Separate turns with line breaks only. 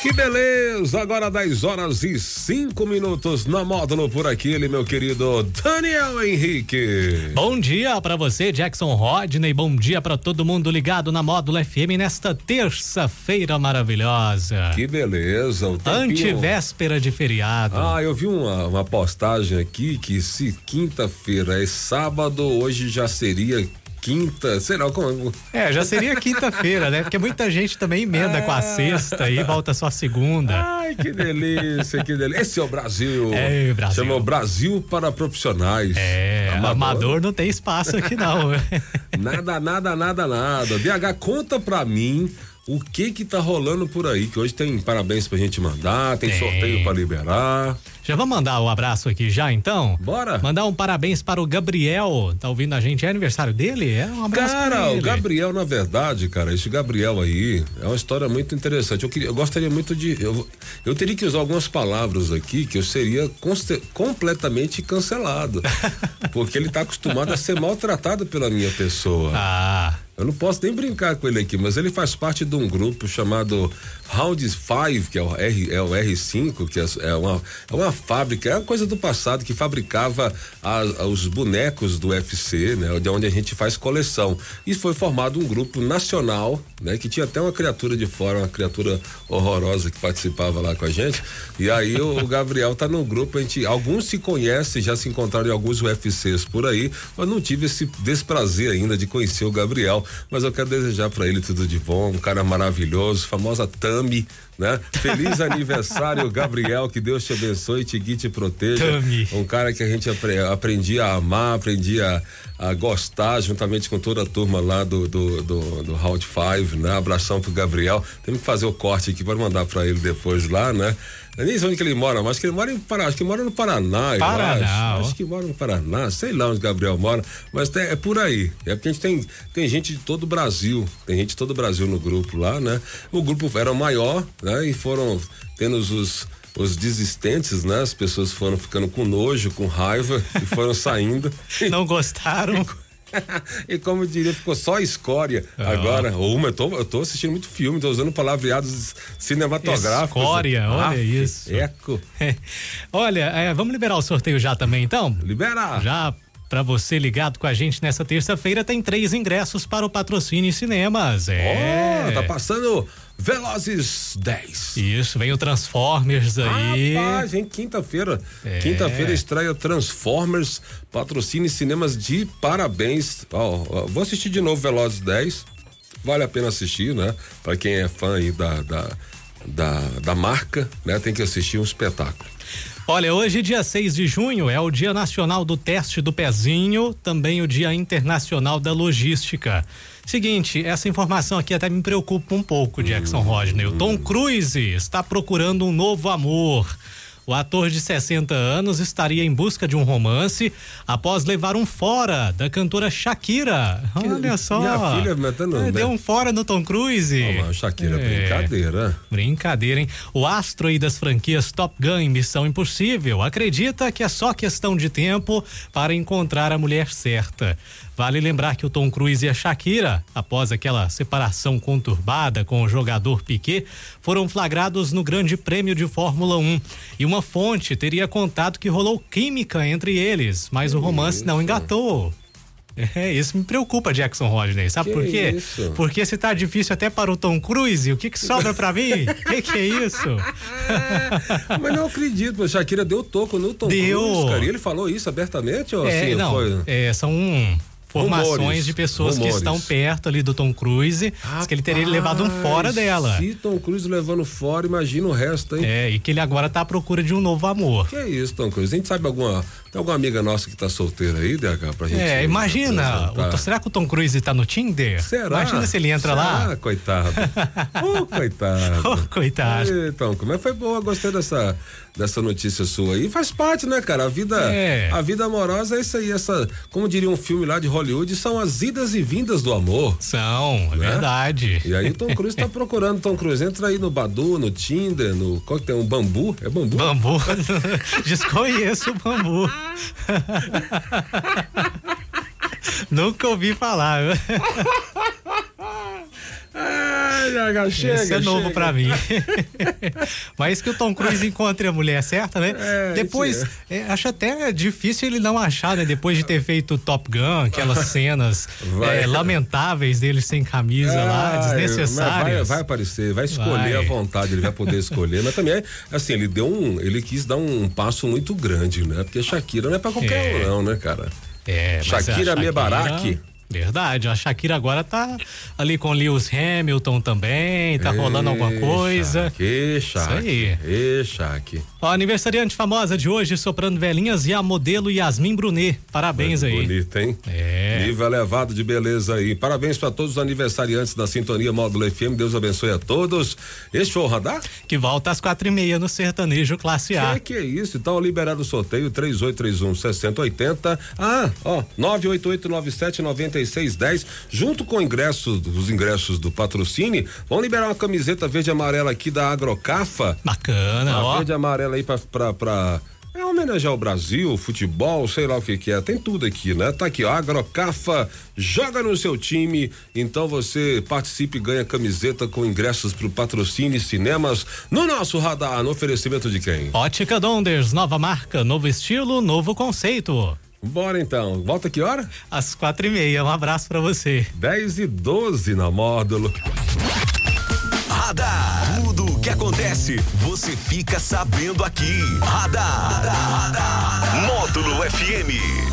Que beleza! Agora 10 horas e 5 minutos na módulo por aqui, ele, meu querido Daniel Henrique.
Bom dia pra você, Jackson Rodney. Bom dia pra todo mundo ligado na Módulo FM nesta terça-feira maravilhosa.
Que beleza! O tempinho-
Antivéspera de feriado.
Ah, eu vi uma, uma postagem aqui que se quinta-feira é sábado, hoje já seria quinta, sei lá como.
É, já seria quinta-feira, né? Porque muita gente também emenda
Ah.
com a sexta e volta só a segunda.
Ai, que delícia, que delícia. Esse é o Brasil.
É, Brasil.
Chama o Brasil para profissionais.
É, amador. não tem espaço aqui não.
Nada, nada, nada, nada. DH, conta pra mim o que que tá rolando por aí, que hoje tem parabéns pra gente mandar, tem,
Tem.
sorteio pra liberar.
Já vamos mandar o abraço aqui já então?
Bora.
Mandar um parabéns para o Gabriel. Tá ouvindo a gente? É aniversário dele? É um abraço pra
Cara,
ele.
o Gabriel, na verdade, cara, esse Gabriel aí é uma história muito interessante. Eu, queria, eu gostaria muito de. Eu, eu teria que usar algumas palavras aqui que eu seria conste- completamente cancelado. porque ele tá acostumado a ser maltratado pela minha pessoa.
Ah,
Eu não posso nem brincar com ele aqui, mas ele faz parte de um grupo chamado Round 5, que é o, R, é o R5, que é, é uma, é uma fábrica, é uma coisa do passado que fabricava as- os bonecos do UFC, né? De onde a gente faz coleção. E foi formado um grupo nacional, né? Que tinha até uma criatura de fora, uma criatura horrorosa que participava lá com a gente. E aí o, o Gabriel tá no grupo, a gente, alguns se conhecem, já se encontraram em alguns UFCs por aí, mas não tive esse desprazer ainda de conhecer o Gabriel, mas eu quero desejar pra ele tudo de bom, um cara maravilhoso, famosa Tami, né? Feliz aniversário, Gabriel, que Deus te abençoe, te guie, te proteja.
Tami.
Um cara que a gente apre- aprendia a amar, aprendia a, a gostar, juntamente com toda a turma lá do, do, do, do Round 5, né? Abração pro Gabriel. Temos que fazer o corte aqui para mandar pra ele depois lá, né? Eu nem sei onde que ele mora, mas que ele mora em Paraná, acho que ele mora no Paraná, eu
Paraná,
acho.
ó.
Acho que mora no Paraná, sei lá onde o Gabriel mora, mas tem- é por aí. É porque a gente tem, tem gente de todo o Brasil, tem gente de todo o Brasil no grupo lá, né? O grupo era maior, né? E foram tendo os- os, os desistentes, né? As pessoas foram ficando com nojo, com raiva e foram saindo.
não gostaram?
e como eu diria, ficou só escória
Ah.
agora. Uma, eu tô, eu tô assistindo muito filme, tô usando palavreados cinematográficos.
Escória, olha isso.
Eco.
Olha, é, vamos liberar o sorteio já também, então?
Libera!
Já pra você ligado com a gente nessa terça-feira, tem três ingressos para o patrocínio Cinemas. É.
Ó, tá passando Velozes 10.
Isso, vem o Transformers aí.
Rapaz, hein? Quinta-feira.
É.
Quinta-feira estreia Transformers, patrocine cinemas de parabéns. Ó, ó, vou assistir de novo Velozes 10. Vale a pena assistir, né? Pra quem é fã aí da, da, da, da marca, né? Tem que assistir um espetáculo.
Olha, hoje, dia 6 de junho, é o Dia Nacional do Teste do Pezinho, também o Dia Internacional da Logística. Seguinte, essa informação aqui até me preocupa um pouco,
Hum,
Jackson Rodney. O Tom Cruise está procurando um novo amor. O ator de 60 anos estaria em busca de um romance após levar um fora da cantora Shakira. Olha só.
minha filha matando,
É,
né?
Deu um fora no Tom Cruise.
Ó, mas Shakira,
É.
brincadeira.
Brincadeira, hein? O astro aí das franquias Top Gun e Missão Impossível acredita que é só questão de tempo para encontrar a mulher certa. Vale lembrar que o Tom Cruise e a Shakira, após aquela separação conturbada com o jogador Piquet, foram flagrados no Grande Prêmio de Fórmula 1. E uma fonte teria contado que rolou química entre eles, mas o romance não engatou. É, isso me preocupa, Jackson Rodney. Sabe
Que
por quê?
isso?
Porque se tá difícil até para o Tom Cruise, o que, que sobra pra mim? O que, que é isso?
Mas não acredito, mas Shakira deu toco no Tom
Deu.
Cruise, cara. E ele falou isso abertamente, ou
É,
assim,
não,
foi-
é, são formações
Rumores,
de pessoas
rumores.
que estão perto ali do Tom Cruise. Diz que ele teria levado um fora
Rapaz,
dela.
Se Tom Cruise levando fora, imagina o resto, hein?
É, e que ele agora tá à procura de um novo amor.
Que é isso, Tom Cruise? A gente sabe alguma. tem Tem alguma amiga nossa que tá solteira aí, DH, pra gente.
É, imagina.
apresentar?
o- será que o Tom Cruise tá no Tinder?
Será?
Imagina se ele entra
Será,
lá.
coitado. Ô, coitado.
Ô, coitado.
Ê, Tom, como é foi boa, gostei dessa, dessa notícia sua aí. Faz parte, né, cara? A vida,
É.
a vida amorosa é isso aí, essa, como diria um filme lá de Hollywood, são as idas e vindas do amor.
São, é
né?
verdade.
E aí o Tom Cruise tá procurando, Tom Cruise, entra aí no Badu, no Tinder, no, qual que tem, um bambu? É bambu?
Bambu. Desconheço o bambu. Nunca ouvi falar.
Ai, Gaga, chega,
Isso é novo
chega.
pra mim. Mas que o Tom Cruise encontre a mulher certa, né?
É,
Depois,
isso
é, acho até difícil ele não achar, né? Depois de ter feito o Top Gun, aquelas cenas
Vai.
é, lamentáveis dele sem camisa lá,
Ai, mas Vai,
desnecessárias.
vai aparecer, vai escolher
Vai.
à vontade, ele vai poder escolher. Mas também, é, assim, ele deu um. Ele quis dar um passo muito grande, né? Porque Shakira não é pra qualquer
É.
um, não, né, cara?
É, mas a
Shakira Mebarak.
Verdade, a Shakira agora tá ali com Lewis Hamilton também, tá rolando alguma
Ei,
coisa.
Shaq, Ei, Shaq.
aí.
Ei, Shaq.
Ó, aniversariante famosa de hoje, soprando velhinhas e a modelo Yasmin Brunet. Parabéns aí.
Bonito, hein?
É.
Nível elevado de beleza aí. Parabéns pra todos os aniversariantes da Sintonia Módulo FM. Deus abençoe a todos. Este foi o radar?
Que volta às quatro e meia no Sertanejo Classe A.
Que, que é isso? Então, liberado o sorteio 3831 6080. um, Ah, ó, 988979610. Junto com ingressos, os ingressos do patrocínio, vão liberar uma camiseta verde e amarela aqui da Agrocafa.
Bacana,
A
Tá, ó.
verde e amarela aí pra. pra, pra- é homenagear o Brasil, futebol, sei lá o que que é, tem tudo aqui, né? Tá aqui, ó, Agrocafa, joga no seu time, então você participe e ganha camiseta com ingressos pro patrocínio e cinemas no nosso radar, no oferecimento de quem?
Ótica Donders, nova marca, novo estilo, novo conceito.
Bora então, volta que hora?
Às quatro e meia, um abraço pra você.
10 e 12 na módulo.
Radar. Tudo o que acontece, você fica sabendo aqui. Radar. Módulo FM.